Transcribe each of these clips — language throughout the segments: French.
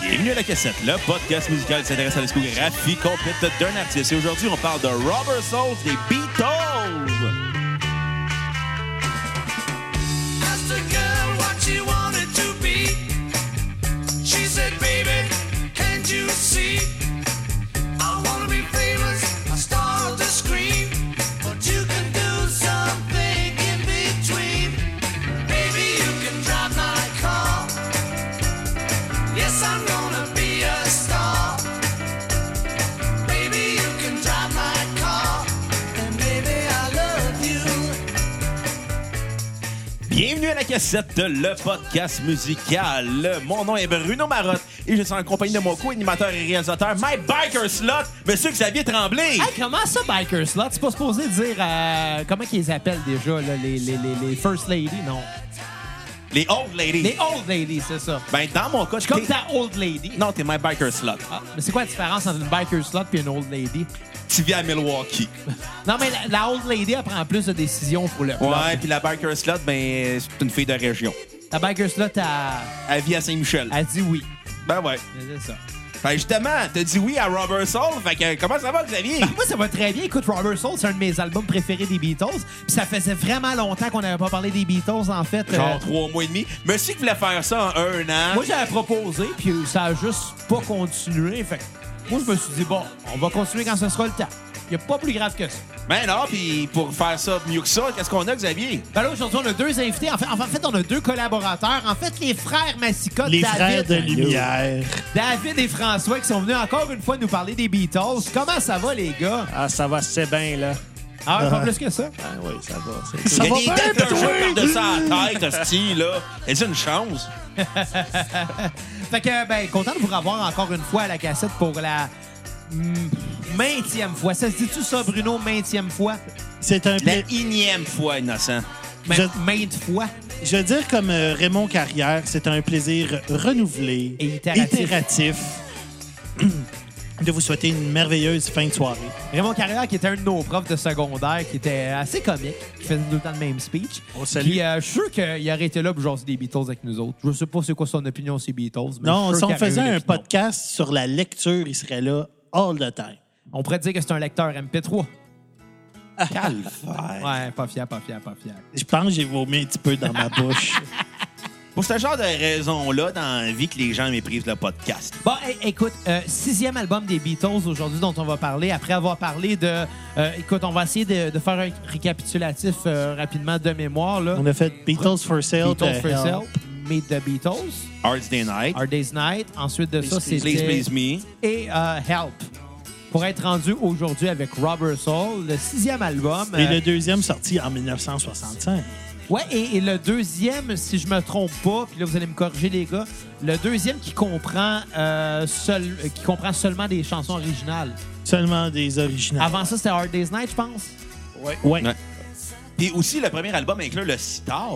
Bienvenue à La Cassette, le podcast musical qui s'intéresse à la discographie complète d'un artiste. Et aujourd'hui, on parle de Robert Souls des Beatles. Asked a girl what she wanted to be. She said, "Baby, can't you see? I wanna be famous, a star on the screen, but you can do something in between. Maybe you can drive my car. Yes, I'm gonna be a star. Maybe you can drive my car, and maybe I love you." Bienvenue à La Cassette, le podcast musical. Mon nom est Bruno Marotte et je suis en compagnie de mon co-animateur et réalisateur, My Biker Slot, Monsieur Xavier Tremblay. Hey, comment ça, Biker Slot? C'est pas supposé dire euh, comment qu'ils les appellent déjà, là, les, les, les, les First Lady, non. Les Old Ladies. Les Old Lady, c'est ça. Ben, dans mon cas, je Comme ta Old Lady. Non, t'es My Biker Slot. Ah, mais c'est quoi la différence entre une Biker Slot et une Old Lady? Tu vis à Milwaukee. Non, mais la, la Old Lady, elle prend plus de décisions pour le plot. Ouais, puis la Biker Slot, ben, c'est une fille de région. La Biker Slot, elle, Elle vit à Saint-Michel. elle dit oui. Ben ouais. Mais C'est ça. Fait Ben, justement, t'as dit oui à Robert Soul. Fait que comment ça va, Xavier? Ben, Moi, ça va très bien. Écoute, Robert Soul, c'est un de mes albums préférés des Beatles. Puis ça faisait vraiment longtemps qu'on n'avait pas parlé des Beatles, en fait. Genre Euh, trois mois et demi. Monsieur qui voulait faire ça en un an. Moi, j'avais proposé, puis ça a juste pas continué. Fait que moi, je me suis dit, bon, on va continuer quand ce sera le temps. Il n'y a pas plus grave que ça. Ben non, puis pour faire ça mieux que ça, qu'est-ce qu'on a, Xavier? Ben là, aujourd'hui, on a deux invités. En fait, en fait, on a deux collaborateurs. En fait, les frères Massicotte, Les David, frères de lumière. David et François, qui sont venus encore une fois nous parler des Beatles. Comment ça va, les gars? Ah, ça va c'est bien, là. Ah, pas Ouais. plus que ça. Ah oui, ça va. Il y a des dents que je de ça à la tête, hostie, là. Est-ce une chance? Fait que, ben, content de vous revoir encore une fois à la cassette pour la mm, maintième fois. Ça se dit-tu ça, Bruno, maintième fois? C'est un... La pla- énième fois, innocent. Ma- Je- Maintes fois? Je veux dire, comme euh, Raymond Carrière, c'est un plaisir renouvelé, Et itératif. itératif, de vous souhaiter une merveilleuse fin de soirée. Raymond Carrière, qui était un de nos profs de secondaire, qui était assez comique, qui faisait tout le temps le même speech. On le salue. Puis, euh, je suis sûr qu'il aurait été là pour jaser des Beatles avec nous autres. Je sais pas c'est quoi son opinion sur les Beatles. mais je Non, suis si sûr on qu'il aurait eu faisait une un opinion. podcast sur la lecture, il serait là all the time. On pourrait dire que c'est un lecteur MP3. Ah. Calvaire. Ouais, pas fier, pas fier, pas fier. Je pense que j'ai vomi un petit peu dans ma bouche. Pour ce genre de raison-là, dans la vie, que les gens méprisent le podcast. Bon, é- écoute, euh, sixième album des Beatles aujourd'hui dont on va parler. Après avoir parlé de... euh, écoute, on va essayer de, de faire un récapitulatif euh, rapidement de mémoire. Là. on a fait Beatles for Sale. ben, Beatles the for Help. Sale, Meet the Beatles, Hard's Day Night. Our Day's Night. Ensuite de ça, Please, c'est... Please Please Me. et euh, Help pour être rendu aujourd'hui avec Robert Soul, le sixième album. Et Euh, le deuxième sorti en 1965. Ouais, et, et le deuxième, si je me trompe pas, puis là vous allez me corriger les gars, le deuxième qui comprend, euh, seul, euh, qui comprend seulement des chansons originales. Seulement des originaux. Avant ça, c'était Hard Day's Night, je pense. Ouais. Ouais. Puis aussi, le premier album inclut le sitar.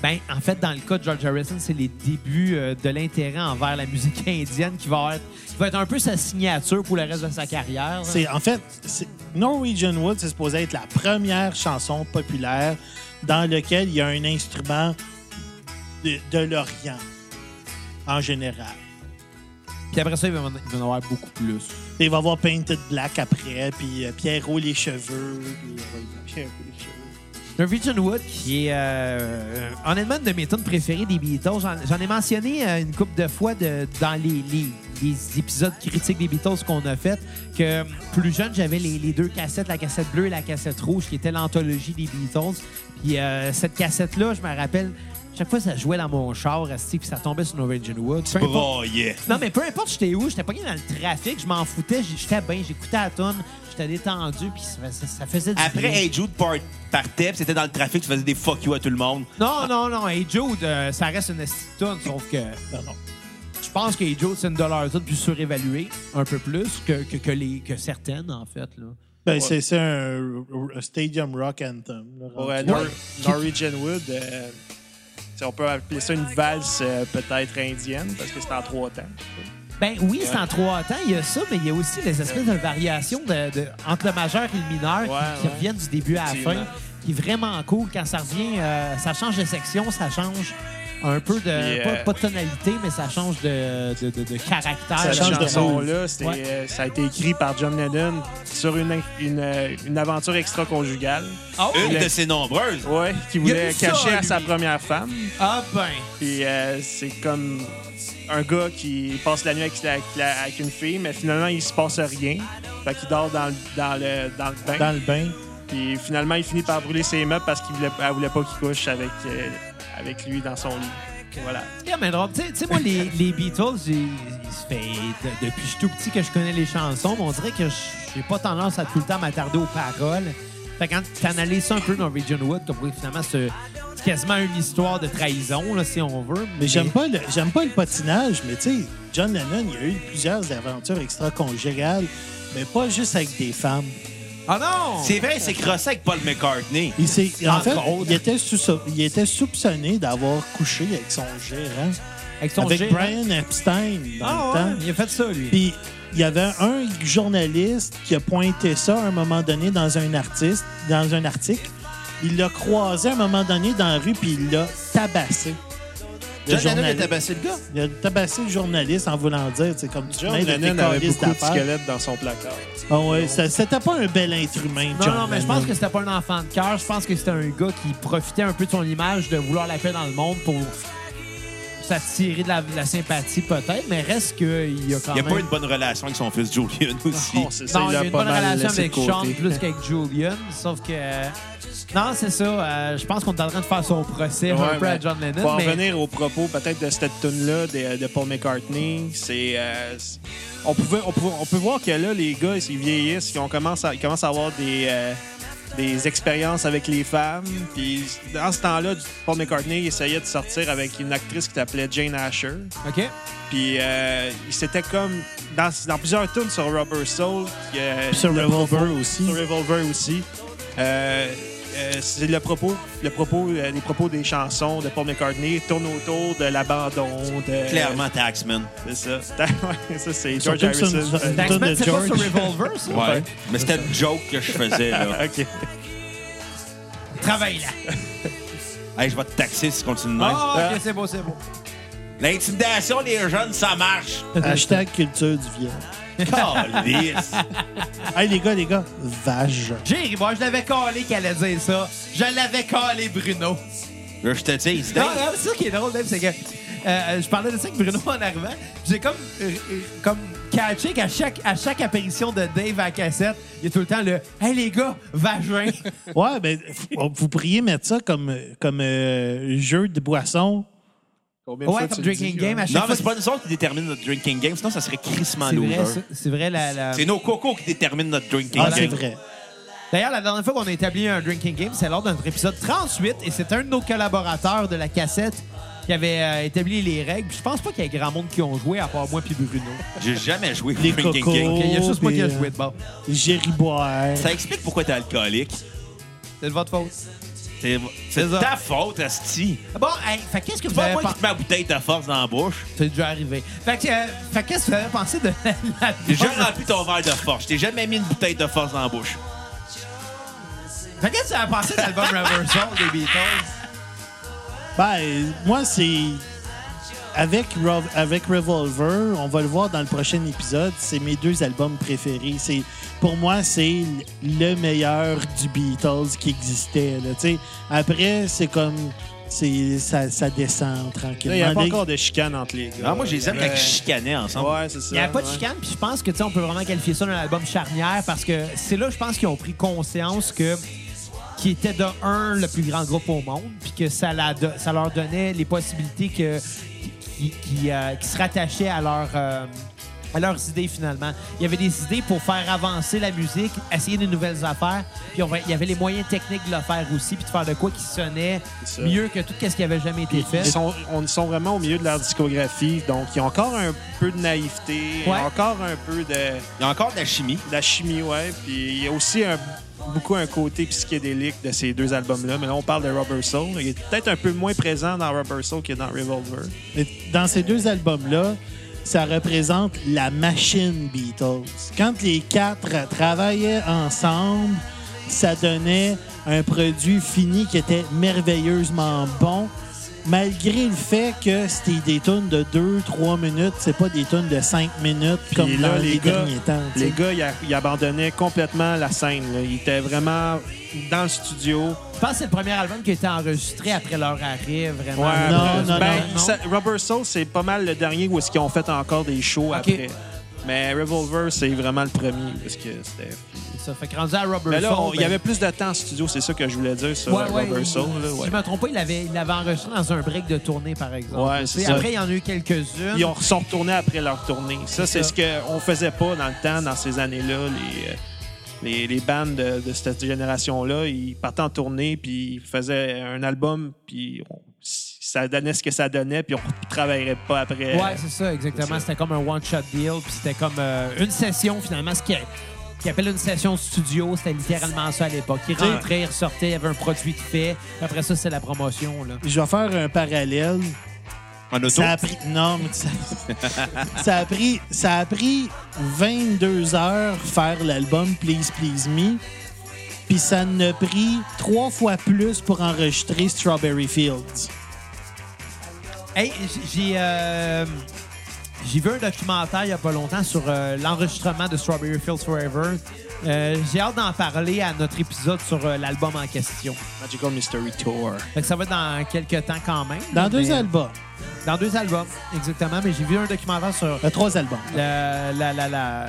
Ben, en fait, dans le cas de George Harrison, c'est les débuts euh, de l'intérêt envers la musique indienne qui va être, qui va être un peu sa signature pour le reste de sa carrière. là. C'est en fait c'est- Norwegian Wood, c'est supposé être la première chanson populaire dans laquelle il y a un instrument de, de l'Orient en général. Puis après ça, il va en il va en avoir beaucoup plus. Et il va avoir Painted Black après, puis euh, Pierrot les cheveux. puis, euh, ouais, Pierrot les cheveux. Norwegian Wood, qui est euh, honnêtement une de mes tunes préférées des Beatles. J'en j'en ai mentionné euh, une couple de fois de- dans les, les- les épisodes critiques des Beatles qu'on a fait que euh, plus jeune, j'avais les, les deux cassettes, la cassette bleue et la cassette rouge, qui était l'anthologie des Beatles. Puis euh, cette cassette-là, je me rappelle, chaque fois, ça jouait dans mon char, esti, puis ça tombait sur Norwegian Wood. Peu importe- Oh, yeah. non, mais peu importe j'étais où, j'étais pas dans le trafic, je m'en foutais, j'- j'étais bien, j'écoutais la tune, j'étais détendu, puis ça, ça- ça faisait du Après, bien. Hey Jude part- partait, puis c'était dans le trafic, tu faisais des fuck you à tout le monde. Non, non, non. Hey Jude, euh, ça reste une esti de toune, sauf que Pardon. je pense que Hey Jude, c'est une dollar zone plus surévaluée, un peu plus que, que, que les, que certaines, en fait. Là. Ben, c'est- C'est un, un Stadium Rock Anthem. là, rendu. Pour euh, Nor- Norwegian Wood, euh, si on peut appeler ça une valse euh, peut-être indienne, parce que c'est en trois temps. Ben oui, c'est en trois temps, il y a ça, mais il y a aussi les espèces de variations de, de- entre le majeur et le mineur qui- Ouais, qui, ouais. reviennent du début à la fin, Effectivement. qui est vraiment cool. Quand ça revient, euh, ça change de section, ça change un peu de. Puis, pas, euh, pas de tonalité, mais ça change de, de- de- de caractère. Ça la change de chanson. son là. c'était- Ah, Ouais. euh, ça a été écrit par John Lennon sur une, une, euh, une aventure extra-conjugale. Ah ouais? Une de ses nombreuses. Ouais, qui Il a voulait eu ça, cacher à lui. sa première femme. Ah ben. Puis euh, c'est comme un gars qui passe la nuit avec, la- avec la- avec une fille, mais finalement, il se passe rien. Fait qu'il dort dans, le- dans, le, dans le bain. Dans le bain. Puis finalement, il finit par brûler ses meubles parce qu'il voulait, elle voulait pas qu'il couche avec, euh, avec lui dans son lit. Voilà. Yeah, mais drôle. Tu sais- tu sais, moi, les, les Beatles, ils- ils se fait, de- depuis que je suis tout petit que je connais les chansons, mais on dirait que je- j'ai pas tendance à tout le temps m'attarder aux paroles. Fait que quand tu analyses ça un peu dans Region Wood, tu vois que finalement c'est c'est quasiment une histoire de trahison, là, si on veut. Mais j'aime pas le j'aime pas le patinage, mais tu sais, John Lennon, il a eu plusieurs aventures extra-conjugales, mais pas juste avec des femmes. Ah non! C'est vrai, c'est crossé avec Paul McCartney. Il s'est- en Entre fait, autres. il était, sous- il était soupçonné d'avoir couché avec son gérant, Avec son avec gérant. Brian Epstein dans Ah le ouais, temps. il a fait ça, lui. Puis il y avait un journaliste qui a pointé ça à un moment donné dans un artiste, dans un article. Il l'a croisé à un moment donné dans la rue puis il l'a tabassé. Le John Lennon a journaliste- tabassé le gars. Il a tabassé le journaliste en voulant dire, c'est comme tu John venais de tes Lennon avait câlisses beaucoup de d'affaires. squelettes dans son placard. Ah ouais, ça- c'était pas un bel être humain, Non, John non, mais je Lennon. pense que c'était pas un enfant de cœur. Je pense que c'était un gars qui profitait un peu de son image de vouloir la paix dans le monde pour s'attirer de la, de la sympathie, peut-être, mais reste qu'il y a quand Il n'y a même. Oh, pas eu une bonne relation avec son fils Julian aussi. On sait Oh, ça, Non, il y l'a a une pas bonne mal relation laissé avec de côté. Sean plus qu'avec Julian, sauf que. euh, Non, c'est ça. euh, je pense qu'on est en train de faire son procès Ouais, un peu mais à John Pour Lennon. en mais- revenir aux propos peut-être de cette tune-là de, de Paul McCartney, c'est. euh, c'est- on, pouvait, on, pouvait- on peut voir que là, les gars, ils vieillissent, ils, ont commence à, ils commencent à avoir des, euh, des expériences avec les femmes. Puis dans ce temps-là, Paul McCartney il essayait de sortir avec une actrice qui s'appelait Jane Asher. OK? Puis euh, il s'était comme. Dans, dans plusieurs tunes sur Rubber Soul. euh, Puis Sur le Revolver aussi. sur Revolver aussi. Euh, euh, c'est le propos, le propos, euh, les propos des chansons de Paul McCartney tournent autour de l'abandon. De, Clairement, Taxman. C'est ça. Ouais, ça, c'est George Surtout que Harrison. c'est une- Taxman, Euh, Taxman, de c'est pas sur George. Revolver, ça? Ouais. Mais c'était une joke que je faisais, là. OK. Travaille là. hey, je vais te taxer si tu continues de même. Ah, OK, c'est beau, c'est beau. L'intimidation des jeunes, ça marche. Oh, Hashtag culture du viol. Calisse. Hey, les gars, les gars, vage. Jerry, moi, je l'avais collé qu'elle allait dire ça. Je l'avais collé, Bruno. Là, je te dis, c'est Non, dingue. non, c'est ça qui est drôle, même, c'est que euh, je parlais de ça avec Bruno en arrivant. puis J'ai comme, euh, euh, comme catché qu'à chaque, à chaque apparition de Dave à la cassette, il y a tout le temps le Hey les gars, vagin. Ouais, ben, f- vous pourriez mettre ça comme, comme euh, jeu de boisson. Combien de fois ouais, tu comme le Drinking dis, hein. Game ouais? à chaque Non, fois. mais c'est pas nous autres qui déterminent notre drinking game, sinon ça serait crissement C'est vrai, loser. ça, c'est vrai. La, la- C'est nos cocos qui déterminent notre drinking Ah, c'est game. vrai. D'ailleurs, la dernière fois qu'on a établi un drinking game, c'est lors de notre épisode 38 et c'est un de nos collaborateurs de la cassette qui avait euh, établi les règles. Puis Je pense pas qu'il y ait grand monde qui ont joué à part moi puis Bruno. J'ai jamais joué au Les drinking cocos. game. Oh, Ok, Il y a juste moi qui ai puis, euh, joué de bord. Jerry Boire. Ça explique pourquoi t'es alcoolique. C'est de votre faute. C'est c'est ça. Ben, ta faute, Asti. Bon, hey, fait qu'est-ce C'est que vous pas avez moi pensé? qui te mets la bouteille de force dans la bouche. C'est déjà arrivé. Fait que, euh, fait que qu'est-ce que vous avez pensé de la, la- J'ai jamais rempli ton verre de force. Je t'ai jamais mis une bouteille de force dans la bouche. Fait que qu'est-ce que vous avez pensé de l'album Reversal des Beatles? Ben, euh, moi, c'est. Avec, Rev- avec Revolver, on va le voir dans le prochain épisode, c'est mes deux albums préférés. C'est, pour moi, c'est l- le meilleur du Beatles qui existait. là, tu sais. Après, c'est comme. C'est, ça, ça descend Là, tranquillement. Il n'y a pas Les- encore de chicane entre les gars. Ah, moi, je les aime quand Ouais. ils chicanaient ensemble. Ouais, c'est ça. Il n'y a pas de ouais. chicane, puis je pense que tu sais, on peut vraiment qualifier ça d'un album charnière parce que c'est là, je pense qu'ils ont pris conscience que qui était de un le plus grand groupe au monde, puis que ça, la do- ça leur donnait les possibilités que, qui, qui, euh, qui se rattachaient à leur. euh, à leurs idées finalement. Il y avait des idées pour faire avancer la musique, essayer de nouvelles affaires, puis on va- il y avait les moyens techniques de le faire aussi, puis de faire de quoi qui sonnait C'est ça. mieux que tout ce qui avait jamais été fait. Ils sont, on, ils sont vraiment au milieu de leur discographie, donc ils ont encore un peu de naïveté, Ouais. encore un peu de. Il y a encore de la chimie. de la chimie, ouais. Puis il y a aussi un- beaucoup un côté psychédélique de ces deux albums-là. Mais là, on parle de Rubber Soul. Il est peut-être un peu moins présent dans Rubber Soul que dans Revolver. Mais dans ces deux albums-là, ça représente la machine Beatles. Quand les quatre travaillaient ensemble, ça donnait un produit fini qui était merveilleusement bon. malgré le fait que c'était des tunes de 2-3 minutes, c'est pas des tunes de 5 minutes Puis comme là, dans les les, gars- derniers temps. tu sais. Les gars, ils, a- ils abandonnaient complètement la scène. là. Ils étaient vraiment dans le studio. Je pense que c'est le premier album qui a été enregistré après leur arrêt, vraiment. Ouais, non, après- non, ben, non, non. ça- Rubber Soul, c'est pas mal le dernier où est-ce qu'ils ont fait encore des shows après. Mais Revolver, c'est vraiment le premier parce que c'était. Ça fait que rendu à Rubber Mais là, Soul, on- il ben, y avait plus de temps en studio, c'est ça que je voulais dire sur Ouais, ouais, Rubber il- Soul. là, Si ouais. je me trompe pas, il l'avait il l'avait enregistré dans un break de tournée, par exemple. Ouais, Tu sais, c'est ça. Après, il y en a eu quelques-unes. Ils ont- sont retournés après leur tournée. Ça, c'est ça. ce qu'on faisait pas dans le temps, dans ces années-là. Les, euh, les, les bandes de, de cette génération-là, ils partaient en tournée, puis ils faisaient un album, puis on- ça donnait ce que ça donnait, puis on ne travaillerait pas après. euh, Ouais, c'est ça, exactement. C'était comme un one-shot deal. Puis c'était comme euh, une session, finalement, ce qui qui appelle une session studio, c'était littéralement ça à l'époque. Ils rentraient, ils ressortaient, il y avait un produit de fait. Après ça, c'est la promotion. Là. Je vais faire un parallèle. En auto. Ça a pris. Non, mais ça, ça a pris. Ça a pris 22 heures faire l'album Please Please Me. Puis ça ne pris trois fois plus pour enregistrer Strawberry Fields. Hey, j- j'ai euh, j'ai vu un documentaire il y a pas longtemps sur euh, l'enregistrement de Strawberry Fields Forever. Euh, j'ai hâte d'en parler à notre épisode sur euh, l'album en question. Magical Mystery Tour. Fait que ça va être dans quelques temps quand même. Dans deux mais- albums. Dans deux albums, exactement. Mais j'ai vu un documentaire sur Euh, trois albums. la- la- la- la-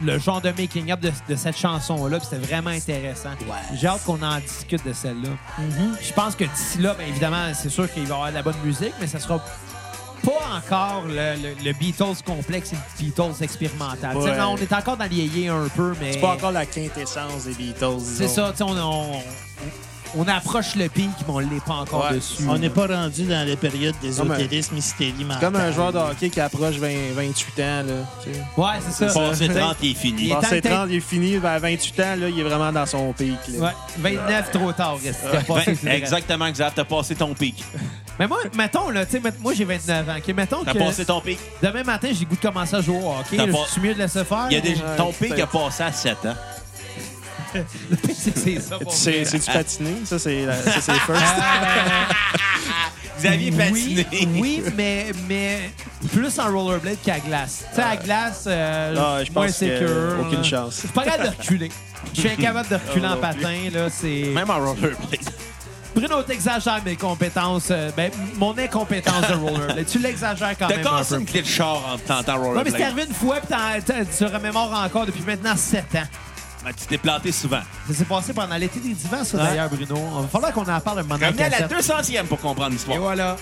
le genre de making-up de, de cette chanson-là. puis C'était vraiment intéressant. J'ai hâte qu'on en discute de celle-là. Mm-hmm. Je pense que d'ici là, bien évidemment, c'est sûr qu'il va y avoir de la bonne musique, mais ça sera pas encore le, le- le Beatles complexe et le Beatles expérimental. Tu sais, Ouais. non, on est encore dans l'IEIE un peu, mais... C'est pas encore la quintessence des Beatles. C'est disons. ça, tu sais, on, on, on approche le pic, mais on l'est pas encore Ouais. dessus. On n'est pas rendu dans la période d'ésotérisme, hystérie mentale. Comme un joueur de hockey qui approche 20 28 ans. Là, tu sais. Ouais, c'est ça. Passé 30, il est Il fini. est Passé en tête. 30, il est fini. ben, À 28 ans, là, il est vraiment dans son pic. là. Ouais, 29 trop tard, reste. T'as Ben, passé, c'est vrai. exactement, Xav. T'as passé ton pic. Mais moi, mettons, là, tu sais, mett- moi j'ai 29 ans. ok? Mettons T'as que passé ton pic. demain matin, j'ai le goût de commencer à jouer au hockey. T'as là, pas- Je suis mieux de laisser faire. Il y a des... Ouais, Ton pic c'est- a passé à hein. 7 ans. c'est c'est ça. pour C'est vrai. c'est du patiné, ça c'est la- ça, c'est first. Xavier patiné. Oui, oui mais, mais plus en rollerblade qu'à glace. Tu sais, à glace, euh, Ah, je moins pense que, sécure, euh, aucune là. chance. Je suis pas capable de reculer. Je suis incapable de reculer en patin. Là, c'est... Ah, Même en rollerblade. Bruno, t'exagères mes compétences. euh, ben, mon incompétence de rollerblade. tu l'exagères quand T'as même un cassé peu. une clé de char en tentant Non, mais c'est rollerblade. arrivé une fois, puis t'en- t'en- tu te remémores encore depuis maintenant 7 ans. Ben, Tu t'es planté souvent. Ça s'est passé pendant l'été des divans, ça, d'ailleurs, Bruno. Il va falloir qu'on en parle un moment donné. Revenez à la cassette. 200e pour comprendre Et l'histoire. voilà.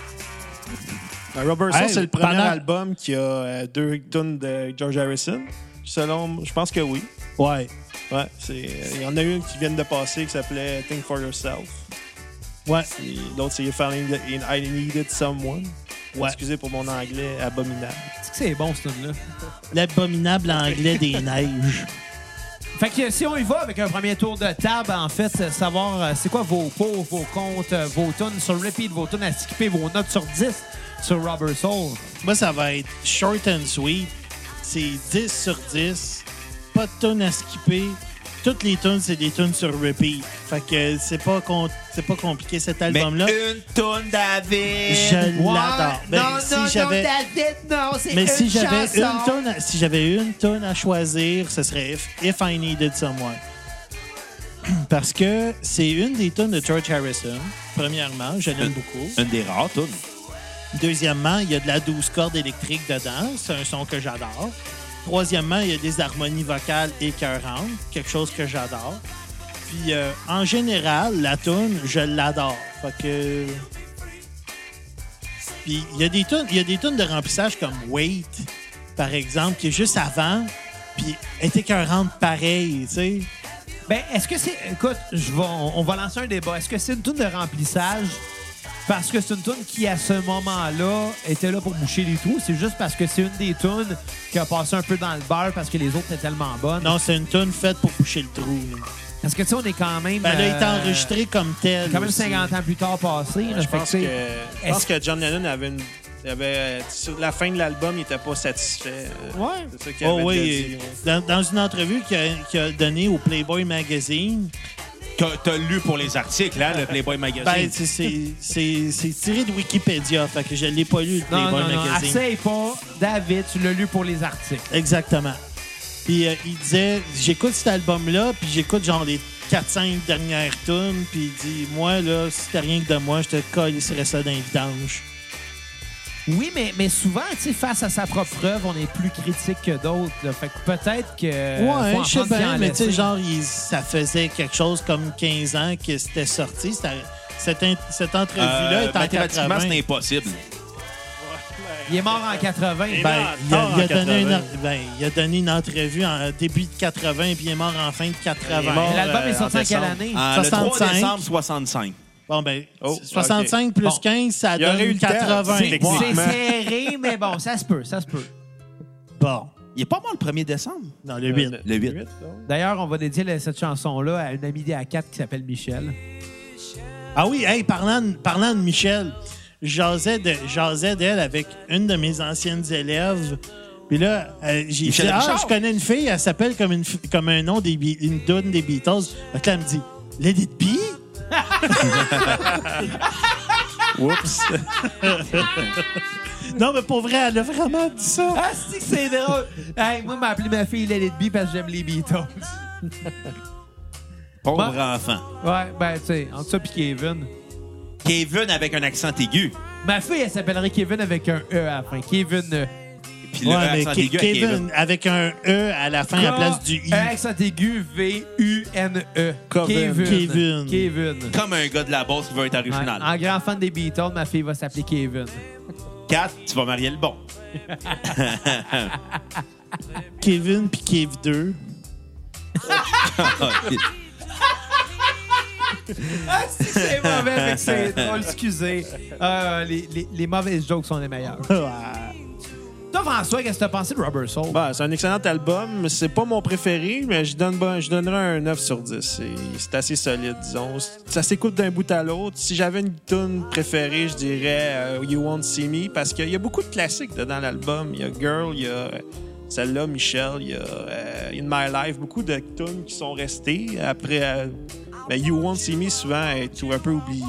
Ben, Rubber Soul, Hey, c'est le premier pendant- album qui a euh, deux tunes de George Harrison. Selon, je pense que oui. Ouais. Ouais, c'est- euh, il y en a une qui vient de passer qui s'appelait Think for Yourself. Ouais. Puis L'autre, c'est You Found in- in- I Needed Someone. Ouais. Excusez pour mon anglais abominable. Est-ce que c'est bon, ce tune-là? L'abominable anglais des neiges. Fait que euh, si on y va avec un premier tour de table, en fait, c'est savoir euh, c'est quoi vos pots, vos comptes, euh, vos tunes sur repeat, vos tunes à skipper, vos notes sur 10 sur Rubber Soul. Moi, ça va être short and sweet. C'est 10 sur 10. Pas de tonnes à skipper. Toutes les tunes, c'est des tunes sur repeat. Fait que c'est pas, con- c'est pas compliqué cet Mais album-là. une tonne David. Je l'adore. Ben, non, si non, non, j'avais- David, non, c'est Mais une si j'avais chanson. une tonne, à- si j'avais une tonne à choisir, ce serait If, If I Needed Someone. Parce que c'est une des tonnes de George Harrison. Premièrement, je Euh, l'aime beaucoup. Une des rares tunes. Deuxièmement, il y a de la douze cordes électriques dedans. C'est un son que j'adore. Troisièmement, il y a des harmonies vocales écœurantes, quelque chose que j'adore. Puis, euh, en général, la tune, je l'adore. Fait que... Puis, il y a des tunes, il y a des tunes de remplissage comme Wait, par exemple, qui est juste avant, puis elle est écœurante pareil, tu sais. Ben, est-ce que c'est. Écoute, je vais- on, on va lancer un débat. Est-ce que c'est une tune de remplissage parce que c'est une tune qui, à ce moment-là, était là pour boucher les trous? C'est juste parce que c'est une des tunes qui a passé un peu dans le beurre parce que les autres étaient tellement bonnes? Non, c'est une tune faite pour boucher le trou. là. Parce que, tu sais, on est quand même. Ben, elle a été euh, enregistrée comme telle. Quand même aussi. 50 ans plus tard passé. là, Je fait pense que, que, tu sais, je pense que John Lennon avait une. il avait- sur la fin de l'album, il n'était pas satisfait. Euh, Ouais. C'est ça qu'il Oh avait oui, déjà dit. dans, dans une entrevue qu'il a, qu'il a donnée au Playboy Magazine, t'as t'as lu pour les articles, hein, le Playboy Magazine. Ben, c'est- c'est- c'est c'est tiré de Wikipédia, fait que je l'ai pas lu, le Non, Playboy non, non, Magazine. essaye pas. David, tu l'as lu pour les articles. Exactement. Puis euh, il disait, j'écoute cet album-là, puis j'écoute genre les 4-5 dernières tunes, puis il dit, moi, là, si t'as rien que de moi, je te colle, serait ça dans les vidanges. Oui, mais, mais souvent, tu sais, face à sa propre œuvre, on est plus critique que d'autres. là. Fait que peut-être que. ouais, Euh, faut en je sais prendre puis en bien, mais tu sais, laisser. genre, il- ça faisait quelque chose comme 15 ans que c'était sorti. C'était- Cette, in- cette entrevue-là Euh, est en Hum. mathématiquement, c'est 80. impossible. Il est mort en 80. Et Ben, là, il, a, encore il a en donné 80. une, ben, il a donné une entrevue en début de 80 puis il est mort en fin de 80. Il est mort. L'album est euh, sorti en en quelle décembre. année? Ah, le 3 65. décembre 65. Bon, ben, Oh, 65 plus Bon. 15, ça Il y aurait donne eu le temps. 80. C'est- Bon. C'est Techniquement. serré, mais bon, ça se peut, ça se peut. Bon, Il est pas mort le 1er décembre. dans le Euh, 8. Le 8. D'ailleurs, on va dédier la- cette chanson-là à une amie d'A4 qui s'appelle Michel. Ah oui, hey, parlant, de- parlant de Michel, j'asais de- jasais d'elle avec une de mes anciennes élèves. Puis là, euh, j'ai dit, Michel ah, Richard. je connais une fille, elle s'appelle comme, une, fi- comme un nom, des, Be- une donne des Beatles. Fait que là, elle me dit, Lady P? Oups. Non, mais pour vrai, elle a vraiment dit ça. Ah, si, c'est drôle! hey, moi, m'a appelé ma fille Lady B parce que j'aime les Beatles. Pauvre Bon. enfant. Ouais, ben, tu sais, entre ça puis Kevin. Kevin avec un accent aigu. Ma fille, elle s'appellerait Kevin avec un E à la fin. Kevin. euh, Puis le Ouais, mais accent Ke- aigu à Kevin, Kevin. avec un E à la fin à la place du I. Un accent aigu, V-U-N-E. Coven. Kevin. E. Kevin. Comme un gars de la bosse qui veut être Ouais, original. en grand fan des Beatles, ma fille va s'appeler Kevin. ah. 4, tu vas marier le bon. Kevin puis Kev 2. Ah, si, c'est mauvais, fait que c'est drôle, excusez. Euh, les, les- les mauvaises jokes sont les meilleures. Toi, François, qu'est-ce que t'as pensé de Rubber Soul? Ben, c'est un excellent album. C'est pas mon préféré, mais je, donne, bon- je donnerais un 9 sur 10. C'est- C'est assez solide, disons. Ça s'écoute d'un bout à l'autre. Si j'avais une tune préférée, je dirais euh, You Won't See Me, parce qu'il y a beaucoup de classiques dans l'album. Il y a Girl, il y a euh, celle-là, Michel, il y a euh, In My Life. Beaucoup de tunes qui sont restées. Après, euh, ben, You Won't See Me, souvent, est un peu oublié.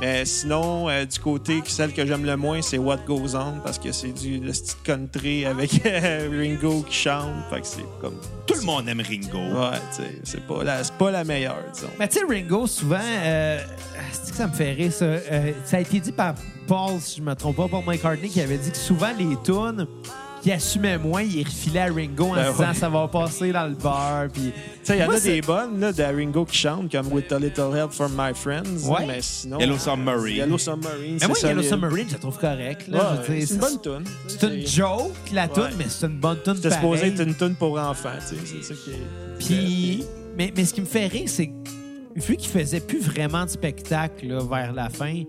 Mais sinon, euh, du côté que celle que j'aime le moins, c'est What Goes On parce que c'est du le style country avec euh, Ringo qui chante. Fait que c'est comme. Tout le monde aime Ringo. Ouais, tu sais, c'est pas, la- c'est pas la meilleure, disons. Mais tu sais, Ringo, souvent, euh, c'est que ça me fait rire, ça. Euh, ça a été dit par Paul, si je me trompe pas, Paul McCartney, qui avait dit que souvent, les tunes qui assumaient moins, ils refilaient à Ringo en Ben disant ouais. ça va passer dans le bar. Puis... Tu sais, il y en Moi, a c'est- des bonnes, là, de Ringo qui chante, comme With a Little Help from My Friends. Ouais. Mais sinon. Yellow Submarine. Yellow Submarine. Mais ben moi, c'est Yellow solide. Submarine, je la trouve correcte. Ouais, là, je veux c'est dire, une bonne tune. C'est une joke, la tune, Ouais. mais c'est une bonne tune C'était supposé pareil. être une tune pour enfants, tu sais. C'est ça qui est. Puis, mais, mais ce qui me fait rire, c'est que vu qu'il faisait plus vraiment de spectacle là, vers la fin,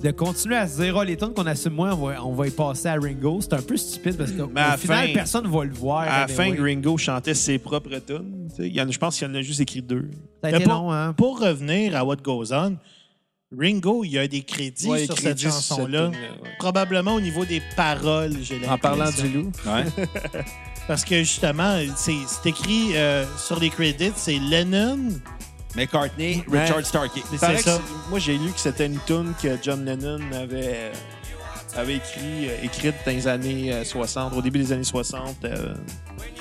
de continuer à se dire, oh, les tonnes qu'on assume moins, on va, on va y passer à Ringo, c'est un peu stupide parce que Mais à au final, fin- personne ne va le voir. À la anyway. fin, Ringo chantait ses propres tunes. Tu sais, il y en a- Je pense qu'il y en a juste écrit deux. Ça a Mais été pour, long, hein? pour revenir à What Goes On, Ringo, il y a des crédits Ouais, sur écrit cette dix sur cette chanson-là. tune-là, ouais. Probablement au niveau des paroles, j'ai l'impression. En parlant du loup. Ouais. Parce que justement, c'est c'est écrit euh, sur les crédits, c'est Lennon. McCartney, Ouais. Richard Starkey. C'est Paraît que ça. c'est- Moi, j'ai lu que c'était une tune que John Lennon avait, euh, avait écrit, euh, écrite dans les années euh, 60, au début des années 60. euh,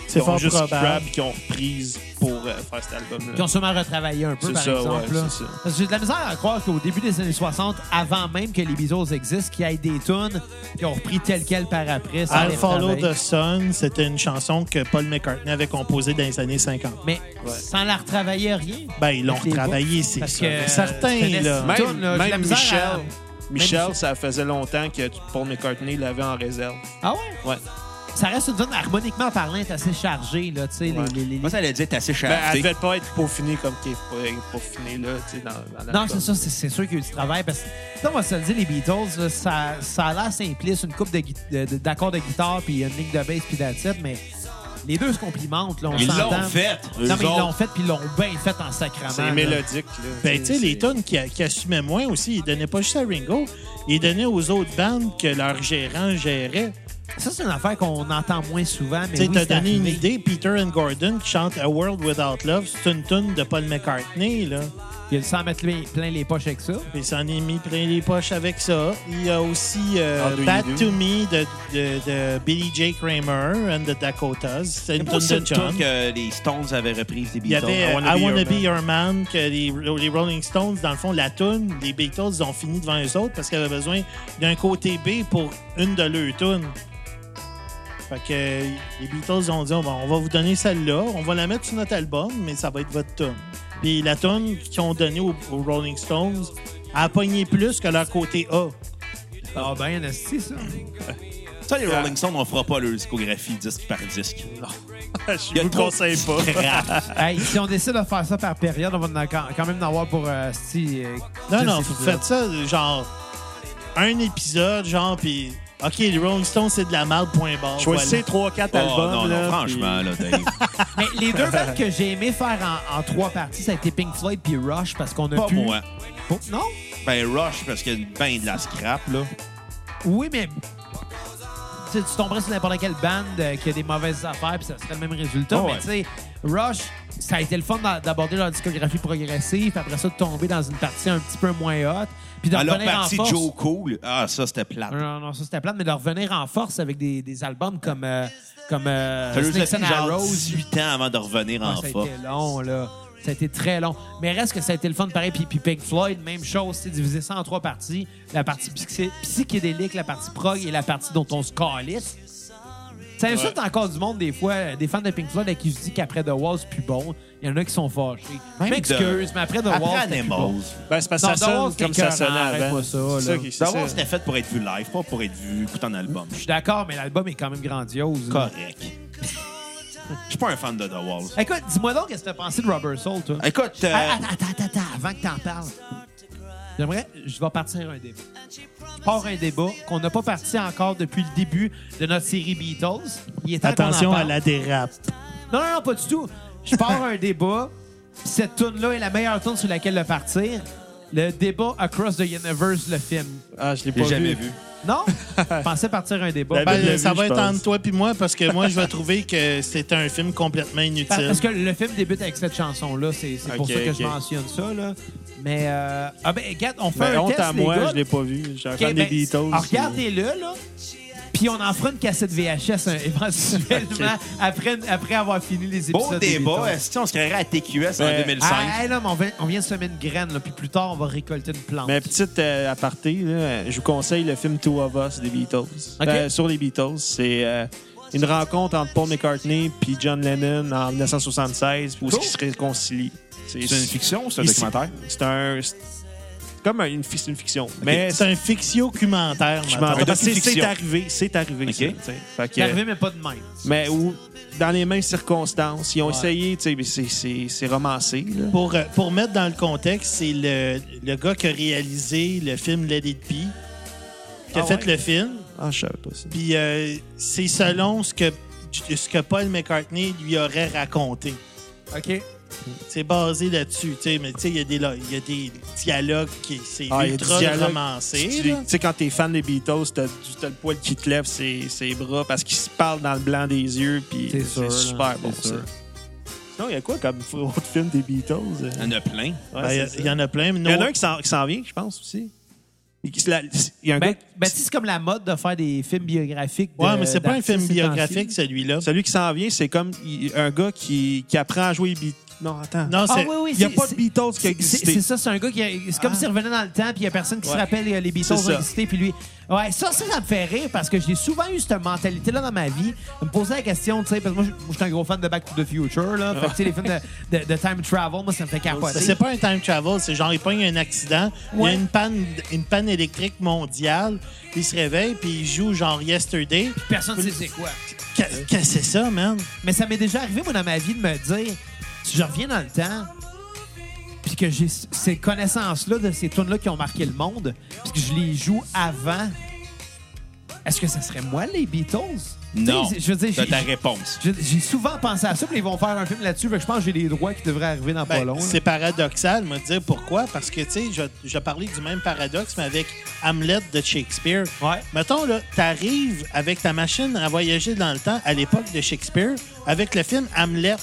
C'est qu'ils ont fort juste probable. scrap, qui ont reprise pour euh, faire cet Ils album-là. ont sûrement retravaillé un peu, C'est par ça, exemple. ouais, là. c'est ça. Parce que j'ai de la misère à croire qu'au début des années 60, avant même que les Beatles existent, qu'il y ait des tunes qui ont repris tel quel par après. sans I'll les Follow retravailler. the Sun, c'était une chanson que Paul McCartney avait composée dans les années 50. Mais sans la retravailler, rien. Ben, ils l'ont Avec les retravaillé, c'est Parce sûr. que Certains, c'était là. une tune, là, j'ai de la même misère Michel, à- Michel, Michel- ça faisait longtemps que Paul McCartney l'avait en réserve. Ben, Ah ouais? Ouais. Ça reste une zone harmoniquement parlant, est assez chargée, là, tu sais, Ouais. les, les- les- Moi, ça l'a dit, Ah, t'es assez Ben, cher. elle devait pas être peaufinée comme qu'elle est peaufinée là, tu sais, dans, dans Non, l'album. c'est ça, c'est- c'est sûr qu'il y a eu du travail parce que, ça, on va se le dire, les Beatles, là, ça, ça a l'air simpliste, une coupe de gui- de- de- d'accords de, guitare, puis une ligne de bass, puis d'attitude, mais les deux se complimentent, là, on Ils s'entend. l'ont fait. Non, eux mais ils l'ont autres. fait, puis ils l'ont bien fait en sacrament. C'est là. mélodique. là. Ben, tu sais, C'est- les tunes qui, qui assumaient moins aussi, ils donnaient pas juste à Ringo, ils donnaient aux autres bandes que leur gérant gérait. Ça, c'est une affaire qu'on entend moins souvent, mais Tu sais, Ben oui, t'as c'est donné une arrivé. idée, Peter and Gordon qui chante A World Without Love, c'est une tune de Paul McCartney, là. Il s'en mettre les- plein les poches avec ça. Il s'en est mis plein les poches avec ça. Il y a aussi euh, How do you Bad do? to Me de, de- de Billy J. Kramer and the Dakotas. C'est une pas tune de une John. tune que les Stones avaient reprise des Il y Beatles. Ah avait euh, Wanna Be I Wanna Your Be Your Man, que les, les Rolling Stones, dans le fond, la tune, les Beatles ont fini devant eux autres parce qu'ils avaient besoin d'un côté B pour une de leurs tunes. Fait que euh, les Beatles ont dit oh, Bon, on va vous donner celle-là, on va la mettre sur notre album, mais ça va être votre tune. Puis la tune qu'ils ont donnée aux, aux Rolling Stones a pogné plus que leur côté A. Ah, ben, c'est ça. euh, Ça, les Rolling Stones, on fera pas leur discographie disque par disque. Il y Je a vous trop- conseille pas. hey, si on décide de faire ça par période, on va en- quand quand même en avoir pour euh, si, euh, Non, dix non, vous épisodes. faites ça, genre, un épisode, genre, puis OK, les Rolling Stones, c'est de la merde, point barre. voilà. Choisissez 3-4 Oh, albums. non, là, non, franchement, là, Dave. Mais les deux bandes que j'ai aimé faire en, en trois parties, ça a été Pink Floyd puis Rush parce qu'on a pas pu. moi. Pour- Non? Ben, Rush, parce qu'il y a ben de la scrap, là. Oui, mais. Tu sais, tu tomberais sur n'importe quelle bande euh, qui a des mauvaises affaires, puis ça serait le même résultat. Oh, mais ouais. tu sais, Rush, ça a été le fun d'a- d'aborder leur discographie progressive, puis après ça, de tomber dans une partie un petit peu moins haute, puis de Alors, revenir en partie force. Joe Cool. Ah, ça, c'était plate. Non, non, non, ça c'était plate, mais de revenir en force avec des, des albums comme, euh, comme euh, Ça Snakes nous a and pris genre Arrows. 18 ans avant de revenir Ouais, en ça a force. été long, là. Ça a été très long. Mais reste que ça a été le fun pareil. Puis, puis Pink Floyd, même chose. C'est divisé ça en trois parties. La partie psyché- psychédélique, la partie prog et la partie dont on se calisse. Ça insulte encore du monde des fois, euh, des fans de Pink Floyd à qui je dis qu'après The Wall, c'est plus bon. Il y en a qui sont fâchés. Même Je m'excuse, mais après The Wall, Après c'était plus bon. Animals. Ben, c'est parce Non, que The ça Wall, sonne c'est comme ça écœurant, sonnait arrête avant. pas ça, là. C'est qui- c'est The Wall, ça. c'était fait pour être vu live, pas pour être vu écouté en album. Je suis d'accord, mais l'album est quand même grandiose. là. correct. Je suis pas un fan de The Wall. Écoute, dis-moi donc qu'est-ce que t'as pensé de Rubber Soul, toi. Écoute, euh, Ah, Attends, attends, attends, avant que t'en parles. J'aimerais, je vais partir un débat. Je pars un débat qu'on n'a pas parti encore depuis le début de notre série Beatles. Il est temps qu'on en Attention à parle. la dérape. Non, non, non, pas du tout. Je pars un débat. Cette tune-là est la meilleure tune sur laquelle le partir. Le débat Across the Universe, le film. Ah, je l'ai pas j'ai jamais vu. Non? Je pensais partir un débat. Ben, Ben, je l'ai ça vu, va je être pense. entre toi puis moi parce que moi, je vais trouver que c'est un film complètement inutile. Par- Parce que le film débute avec cette chanson-là. C'est c'est pour Ok, ça que ok. je mentionne ça. Là. Mais, euh, ah ben, regarde, on fait Ben, un honte test, à les moi, gars. je l'ai pas vu. J'ai un Ok, fan des ben, Beatles. alors, Regardez-le, là. Puis on en fera une cassette VHS hein, éventuellement après, après avoir fini les épisodes. Beau des débat. hein, Beatles. Est-ce qu'on se créerait à TQS en Ouais. 2005? Ah, hey, là, mais on vient, on vient de semer une graine, là, puis plus tard, on va récolter une plante. Mais petite euh, aparté, là, je vous conseille le film Two of Us des Beatles. Euh, sur les Beatles, c'est euh, une rencontre entre Paul McCartney puis John Lennon en 1976 où Cool. ils se réconcilient. C'est fiction ou c'est Ici. c'est un- c'est comme une, fi- c'est une fiction, mais Mais c'est un fictio-cumentaire. je mettons. m'entends. Parce que docu-fiction. c'est arrivé, c'est arrivé. Ok. ça, tu sais. Fait que- C'est arrivé, mais pas de même. mais où dans les mêmes circonstances, ils ont Ouais. essayé, tu sais, mais c'est- c'est c'est romancé. là. Pour, euh, pour mettre dans le contexte, c'est le, le gars qui a réalisé le film Let It Be, qui a Ah fait ouais. le film. Ah, je savais pas ça. Puis euh, c'est selon ce que, ce que Paul McCartney lui aurait raconté. OK. C'est basé là-dessus. tu sais, Mais tu sais, il y, a des lo- il y a des dialogues qui c'est Ah, il y a du ultra dialogue. romancé. Tu là. tu sais, quand t'es fan des Beatles, t'as du- t'as le poil qui te lève ses, ses bras parce qu'ils se parlent dans le blanc des yeux, puis C'est sûr, c'est là, super c'est bon, sûr. ça. Sinon, il y a quoi comme f- autre film des Beatles? euh? Il y en a plein. Ouais, Ben, Il y a- c'est ça. il y en a plein. mais Il y en no- a un qui s'en qui s'en vient, je pense, aussi. Il qui se la- il y a un Ben, gars... ben, tu sais, c'est comme la mode de faire des films biographiques. de- Ouais, mais c'est pas un d'artistes film ces temps-ci. biographique, celui-là. Celui qui s'en vient, c'est comme il- un gars qui, qui apprend à jouer les Beatles. Non, attends. Non, Ah c'est. oui, oui, il n'y a c'est- pas de c'est- Beatles qui a C'est- existé. C'est ça, c'est un gars qui. a- C'est comme Ah. s'il revenait dans le temps, puis il y a personne qui se Ouais. rappelle euh, les Beatles C'est ont ça. existé, puis lui. Ouais, ça, ça, ça me fait rire parce que j'ai souvent eu cette mentalité-là dans ma vie. De me poser la question, tu sais, parce que moi, je- moi, je suis un gros fan de Back to the Future, là. Fait que, tu sais, les films de, de- de time travel, moi, ça me fait Ça, capoter. C'est pas un time travel, c'est genre il pogne un accident, il y Ouais. a une panne, une panne électrique mondiale, il se réveille puis il joue genre Yesterday. Personne sait c'est quoi. Qu'est-ce que c'est ça, man? Mais ça m'est déjà arrivé, moi, dans ma vie, de me dire, si je reviens dans le temps, puis que j'ai c- ces connaissances-là de ces tunes-là qui ont marqué le monde, puis que je les joue avant. est-ce que ça serait moi, les Beatles? Non. Tu sais, Je veux dire, T'as j'ai- ta réponse. j'ai j'ai souvent pensé à ça, puis ils vont faire un film là-dessus. fait que Je pense que j'ai les droits qui devraient arriver dans pas Ben, long. là. c'est paradoxal, moi, de dire pourquoi. Parce que, tu sais, je, je parlais du même paradoxe, mais avec Hamlet de Shakespeare. Ouais. Mettons, là, t'arrives avec ta machine à voyager dans le temps à l'époque de Shakespeare avec le film Hamlet.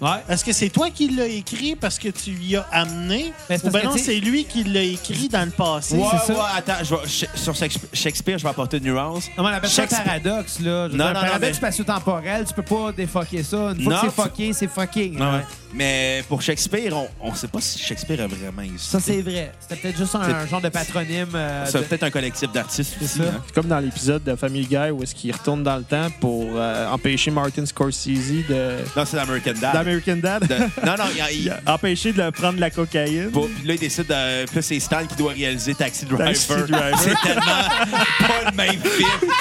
Ouais. Est-ce que c'est toi qui l'as écrit parce que tu l'y as amené? Ben, c'est ou parce ben que, non, tu sais- c'est lui qui l'a écrit dans le passé. Ouais, c'est ça. ouais, attends, je vais- Sh- sur Shakespeare- Shakespeare, je vais apporter une nuance. Non, mais on appelle ça un Shakespeare- paradoxe, là. Je veux Non, dire, un non, non, paradoxe mais- spatio-temporel, tu peux pas défoquer ça. Une Non, fois que tu- c'est fucké, c'est hein. fucké. Ouais, là. ouais. Mais pour Shakespeare, on- on ne sait pas si Shakespeare a vraiment existé. Ça, c'est vrai. C'était peut-être juste un, C'est- genre de patronyme. Ah, euh, C'est de- peut-être un collectif d'artistes C'est aussi. ça. hein. Comme dans l'épisode de Family Guy où est-ce qu'il retourne dans le temps pour euh, empêcher Martin Scorsese de Non, c'est l'American Dad. d'American Dad. De- Non, non, il y a- il- Il a empêché de prendre de la cocaïne. Bon, puis là, il décide de. Puis là, c'est Stan qui doit réaliser Taxi Driver. Taxi Driver. C'est tellement pas le même film.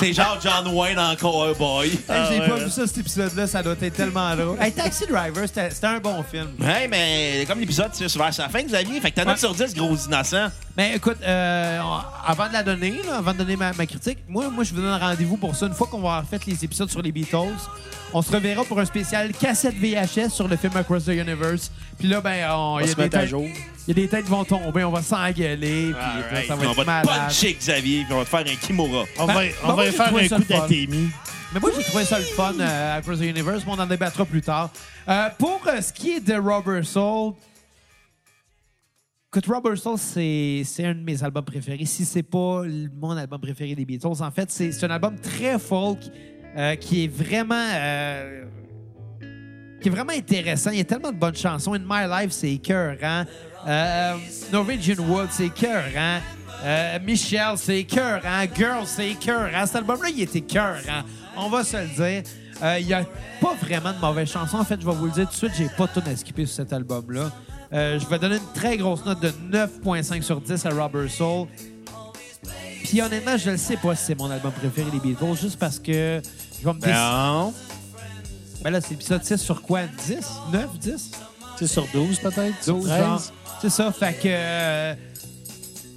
C'est genre John Wayne en Cowboy. Hey, j'ai Ah, pas ouais. vu ça, cet épisode-là. Ça doit être tellement drôle. Hey, Taxi Driver, c'était c'était un bon film. Ouais, mais comme l'épisode tire vers sa fin, Xavier, fait que t'as note Ouais. sur 10, gros innocent. Mais écoute, euh, on- avant de la donner, là, avant de donner ma, ma critique, moi, moi, je vous donne rendez-vous pour ça. Une fois qu'on va avoir fait les épisodes sur les Beatles, on se reverra pour un spécial cassette VHS sur le film Across the Universe. Puis là, ben, on, On il y a se des mettre à têtes- jour. Il y a des têtes qui vont tomber, on va s'engueuler, puis là, ça va on être va te malade. puncher, Xavier, puis on va te faire un Kimura. On Ben, va, ben on moi, va j'ai faire trouvé un ça coup le fun. d'atémie. Mais moi, j'ai trouvé ça le fun euh, Across the Universe, mais on en débattra plus tard. Euh, pour euh, ce qui est de Rubber Soul, écoute, Rubber Soul, c'est c'est un de mes albums préférés. Si c'est pas l- mon album préféré des Beatles, en fait, c'est c'est un album très folk euh, qui est vraiment. euh, qui est vraiment intéressant. Il y a tellement de bonnes chansons. In My Life, c'est écœurant. Euh, Norwegian Wood, c'est écœurant. Euh, Michel, c'est écœurant. Girl, c'est écœurant. Cet album-là, il est écœurant. On va se le dire. Euh, Il n'y a pas vraiment de mauvaises chansons. En fait, je vais vous le dire tout de suite, j'ai pas tout à skipper sur cet album-là. Euh, je vais donner une très grosse note de 9.5 sur 10 à Rubber Soul. Puis honnêtement, je ne sais pas si c'est mon album préféré des Beatles, juste parce que je vais me décider. Non. Ben là, c'est l'épisode 6 sur quoi? 10? 9? 10? C'est sur 12 peut-être? sur 12? 13? genre. C'est ça, fait que... euh,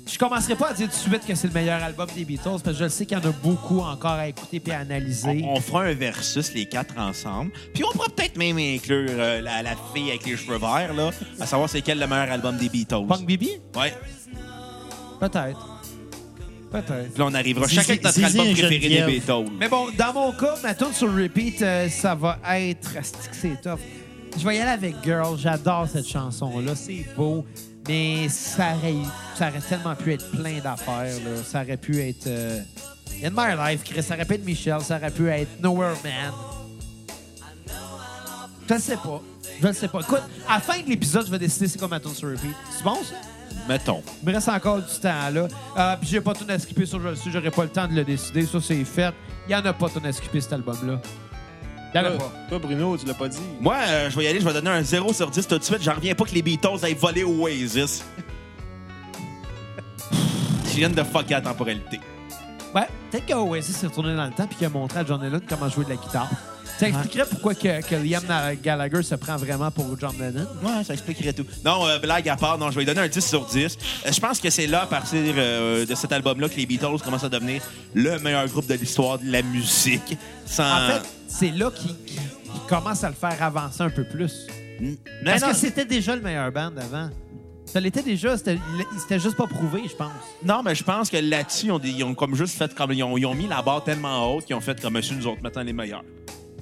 je commencerai pas à dire tout de suite que c'est le meilleur album des Beatles, parce que je le sais qu'il y en a beaucoup encore à écouter puis à analyser. On, on fera un versus, les quatre ensemble. Puis on pourra peut-être même inclure euh, la, la fille avec les cheveux verts, là, à savoir c'est quel le meilleur album des Beatles. Punk Bibi? Ouais. Peut-être. Peut-être. Puis là, on arrivera Zizi- chacun avec notre Zizi album et préféré des Geneviève. Beatles. Mais bon, dans mon cas, ma tune sur repeat, euh, ça va être... Asti que C'est tough. Je vais y aller avec Girl. J'adore cette chanson-là. C'est beau. Mais ça aurait, ça aurait tellement pu être plein d'affaires. là. Ça aurait pu être... euh, In My Life, Chris. Ça aurait pu être Michel. Ça aurait pu être Nowhere Man. Je le sais pas. Je le sais pas. Écoute, à la fin de l'épisode, je vais décider c'est quoi ma tune sur repeat. C'est bon, ça? Mettons. Il me reste encore du temps, là. Euh, puis j'ai pas tout à skipper sur le sujet. J'aurais pas le temps de le décider. Ça, c'est fait. Il y en a pas tout à skipper, cet album-là. Il Euh. y en a pas. Toi, Bruno, tu l'as pas dit. Moi, euh, je vais y aller, je vais donner un 0 sur 10 tout de suite. J'en reviens pas que les Beatles aient volé Oasis. Je viens de fucker la temporalité. Ouais, peut-être qu'Oasis s'est retourné dans le temps puis qu'il a montré à John Lennon comment jouer de la guitare. Ça expliquerait pourquoi que, que Liam Na- Gallagher se prend vraiment pour John Lennon. Ouais, ça expliquerait tout. Non, euh, blague à part, non, je vais lui donner un 10 sur 10. Euh, je pense que c'est là, à partir euh, de cet album-là, que les Beatles commencent à devenir le meilleur groupe de l'histoire de la musique. Sans... En fait, c'est là qu'il qu'il- qu'il commence à le faire avancer un peu plus. N- mais Parce non, que c'était déjà le meilleur band avant. Ça l'était déjà. C'était il- c'était juste pas prouvé, je pense. non, mais je pense que là-dessus, ils ont, des- ils ont comme juste fait comme. Ils ont, ils ont mis la barre tellement haute qu'ils ont fait comme monsieur, nous autres, maintenant les meilleurs.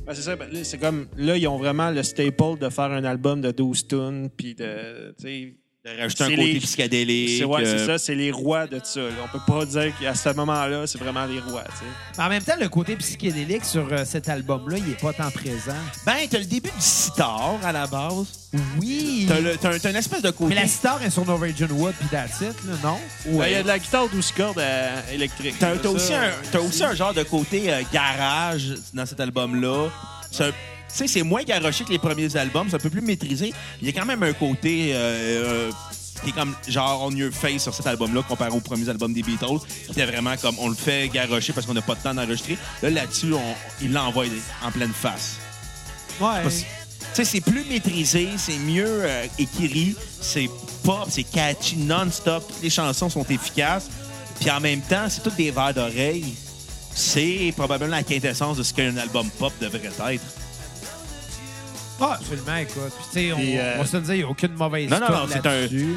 Ben, c'est ça, ben, là, c'est comme là, ils ont vraiment le staple de faire un album de 12 tunes, puis de. tu sais, De rajouter un C'est côté les- psychédélique. C'est ouais, c'est euh, ça, c'est les rois de ça. là. On peut pas dire qu'à ce moment-là, c'est vraiment les rois. tu sais. Mais en même temps, le côté psychédélique sur euh, cet album-là, il est pas tant présent. Ben, t'as le début du sitar à la base. Oui! T'as, le, t'as un- t'as une espèce de côté. Mais la star est sur Norwegian Wood puis That's It, là, non? Ben, Il y a de la guitare 12 cordes euh, électrique. T'as, C'est t'as ça. aussi un, t'as aussi un genre de côté euh, garage dans cet album-là. C'est un- tu sais, c'est moins garoché que les premiers albums, c'est un peu plus maîtrisé. Il y a quand même un côté euh, euh, qui est comme genre on your face sur cet album-là comparé aux premiers albums des Beatles, qui était vraiment comme on le fait garocher parce qu'on n'a pas de temps d'enregistrer. Là, là-dessus, on, il l'envoie en pleine face. Ouais. Parce- Tu sais, c'est plus maîtrisé, c'est mieux euh, écrit, c'est pop, c'est catchy non-stop, toutes les chansons sont efficaces. Puis en même temps, c'est tous des verres d'oreille. C'est probablement la quintessence de ce qu'un album pop devrait être. Ah, absolument, écoute. Puis, tu sais, on, Puis, euh, on va se le dire, il n'y a aucune mauvaise Non, non, tonne non, c'est un- là-dessus.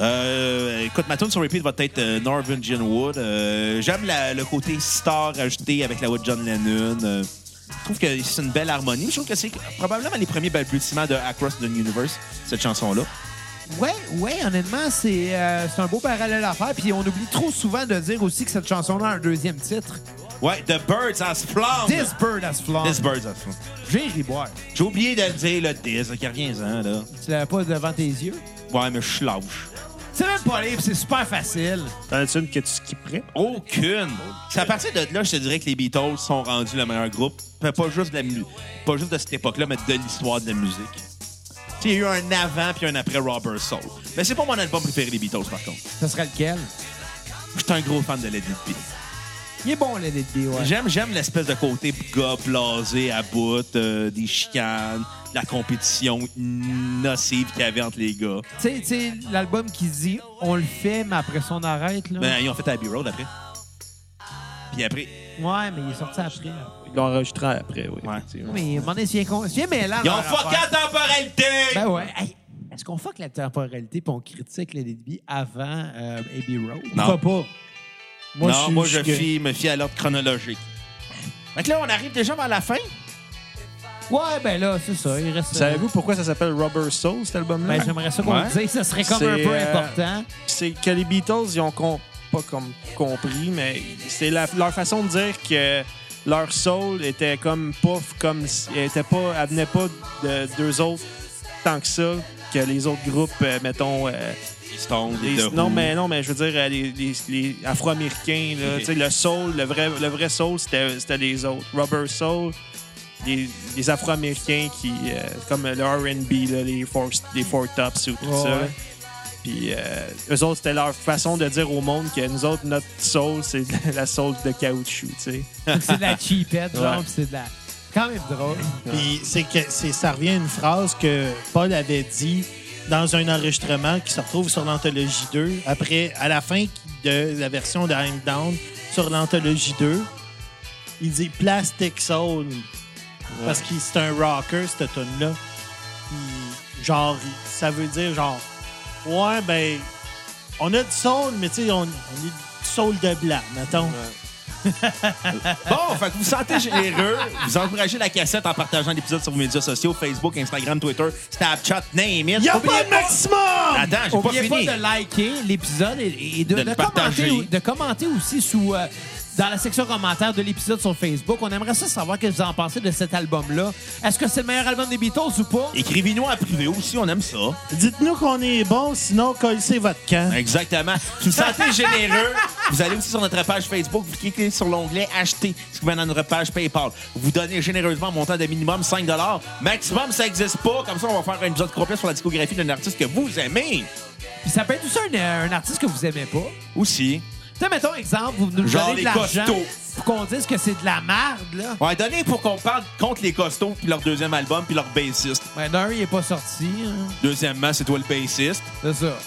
Euh, écoute, ma tune sur repeat va être euh, Norwegian Wood. Euh, J'aime la- le côté star ajouté avec la voix de John Lennon. Euh, je trouve que c'est une belle harmonie. Je trouve que c'est probablement les premiers balbutiements de Across the Universe, cette chanson-là. Ouais, ouais, honnêtement, c'est euh, c'est un beau parallèle à faire. Puis on oublie trop souvent de dire aussi que cette chanson-là a un deuxième titre. Ouais, The Birds Has Flown. This Bird Has Flown. This Birds Has Flown. J'ai ri boire. J'ai oublié de le dire, le this, qui revient hein, là. Tu l'avais pas devant tes yeux? Ouais, mais je suis lâche. C'est même pas libre, c'est super facile. T'en as-tu une que tu skipperais? Aucune. C'est à partir de là, je te dirais que les Beatles sont rendus le meilleur groupe. Fait Pas juste de, la mu- pas juste de cette époque-là, mais de l'histoire de la musique. Tu sais, Il y a eu un avant puis un après Robert Soul. Mais c'est pas mon album préféré des Beatles, par contre. Ce serait lequel? Je suis un gros fan de Led Zeppelin. Il est bon, le DD, ouais. J'aime, j'aime l'espèce de côté gars blasé à bout, euh, des chicanes, la compétition nocive qu'il y avait entre les gars. Tu sais- tu sais, l'album qui dit on le fait, mais après ça, on arrête. Là. Ben, ils ont fait Abbey Road après. Puis après, Ouais, mais il est sorti après. Ils l'ont enregistré après, oui. Ouais. effectivement. Mais à un moment donné, tu viens con- tu viens mêlant ils dans ont leur fucké affaire. la temporalité! Ben ouais. Hey, Est-ce qu'on fuck la temporalité puis on critique le DB avant euh, Abbey Road? Non. Pourquoi pas? Moi, non, suis- moi, je suis- fie- me fie à l'ordre chronologique. Fait que là, on arrive déjà vers la fin. Ouais, ben là, c'est ça. Il reste. Savez-vous pourquoi ça s'appelle Rubber Soul, cet album-là? Ben, j'aimerais ça qu'on Ouais. le dise. Ça serait comme C'est, un peu euh, important. c'est que les Beatles, ils ont com- pas comme compris, mais c'est la- leur façon de dire que leur soul était comme pouf, comme si- était pas, elle venait pas de deux autres tant que ça que les autres groupes, euh, mettons. euh, Les Stones, les les- The non, Who. mais non, mais je veux dire, euh, les, les- les Afro-Américains, là, Ok. tu sais, le soul, le vrai, le vrai soul, c'était c'était les autres. Rubber Soul, les, les Afro-Américains qui, euh, comme le R&B, là, les four, les four Tops ou tout Ouais, ça. ouais. Puis euh, eux autres, c'était leur façon de dire au monde que nous autres, notre soul, c'est de la soul de caoutchouc, tu sais. Fait que C'est de la cheapette, genre, Ouais. pis c'est de la. Quand même drôle. Puis c'est que c'est- ça revient à une phrase que Paul avait dit dans un enregistrement qui se retrouve sur l'anthologie 2 après à la fin de la version de I'm Down sur l'anthologie 2. Il dit Plastic Soul parce que c'est un rocker cette tune là. Genre ça veut dire genre ouais ben on a du soul mais tu sais on, on est du soul de blanc mettons. Bon, fait que vous vous sentez généreux. vous encouragez la cassette en partageant l'épisode sur vos médias sociaux Facebook, Instagram, Twitter, Snapchat, name it. Y a Oubliez pas de maximum. Attends, Ah, j'ai pas Oubliez pas, fini. de liker l'épisode et, et de, De de le commenter, partager. ou- de commenter aussi sous, euh, dans la section commentaire de l'épisode sur Facebook. On aimerait ça savoir que vous en pensez de cet album-là. Est-ce que c'est le meilleur album des Beatles ou pas? Écrivez-nous en privé aussi, on aime ça. Dites-nous qu'on est bon sinon collez votre camp. Exactement. Si vous vous sentez généreux, vous allez aussi sur notre page Facebook, vous cliquez sur l'onglet Acheter, ce qui mène à notre page PayPal. Vous donnez généreusement un montant de minimum 5 Maximum, ça n'existe pas. Comme ça, on va faire un épisode complet sur la discographie d'un artiste que vous aimez. Puis ça peut être aussi un, euh, un artiste que vous aimez pas. Aussi. Tu sais, mettons exemple, vous nous Genre donnez les de l'argent costauds. pour qu'on dise que c'est de la merde, là. On va donner pour qu'on parle contre les costauds, puis leur deuxième album, puis leur bassiste. Ben, d'un, il est pas sorti. hein. Deuxièmement, c'est toi le bassiste. C'est ça.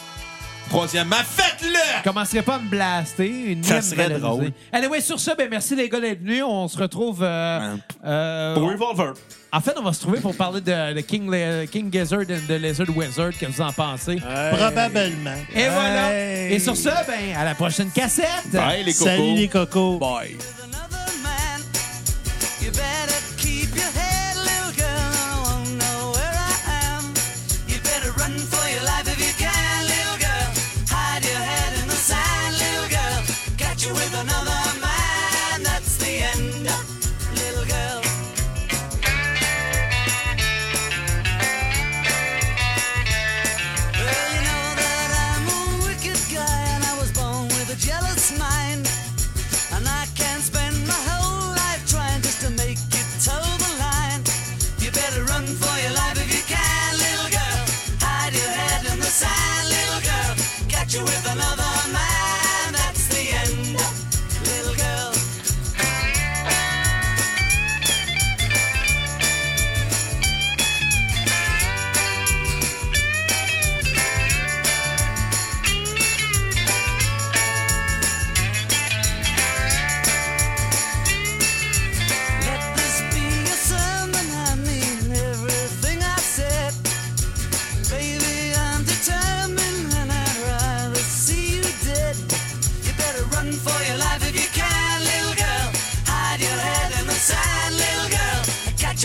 Troisièmement, faites-le! Commencerait pas à me blaster. Une Ça mime serait valorisée. drôle. Anyway, sur ça, ben, merci les gars d'être venus. On se retrouve. euh, Ouais. euh, Pour Revolver. En fait, on va se trouver pour parler de, de King, Le- King Gizzard and the Lizard Wizard. que vous en pensez? Euh, Probablement. Et voilà. Hey. Et sur ça, ben, à la prochaine cassette. Bye, les cocos. Salut les cocos. Bye. another man. You better keep your head, little girl. I won't know where I am. You better run for your life if you can, little girl. Hide your head in the sand, little girl. Catch you with another man. That's the end, little girl. Well, you know that I'm a wicked guy, and I was born with a jealous mind. And I can't spare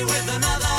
with another.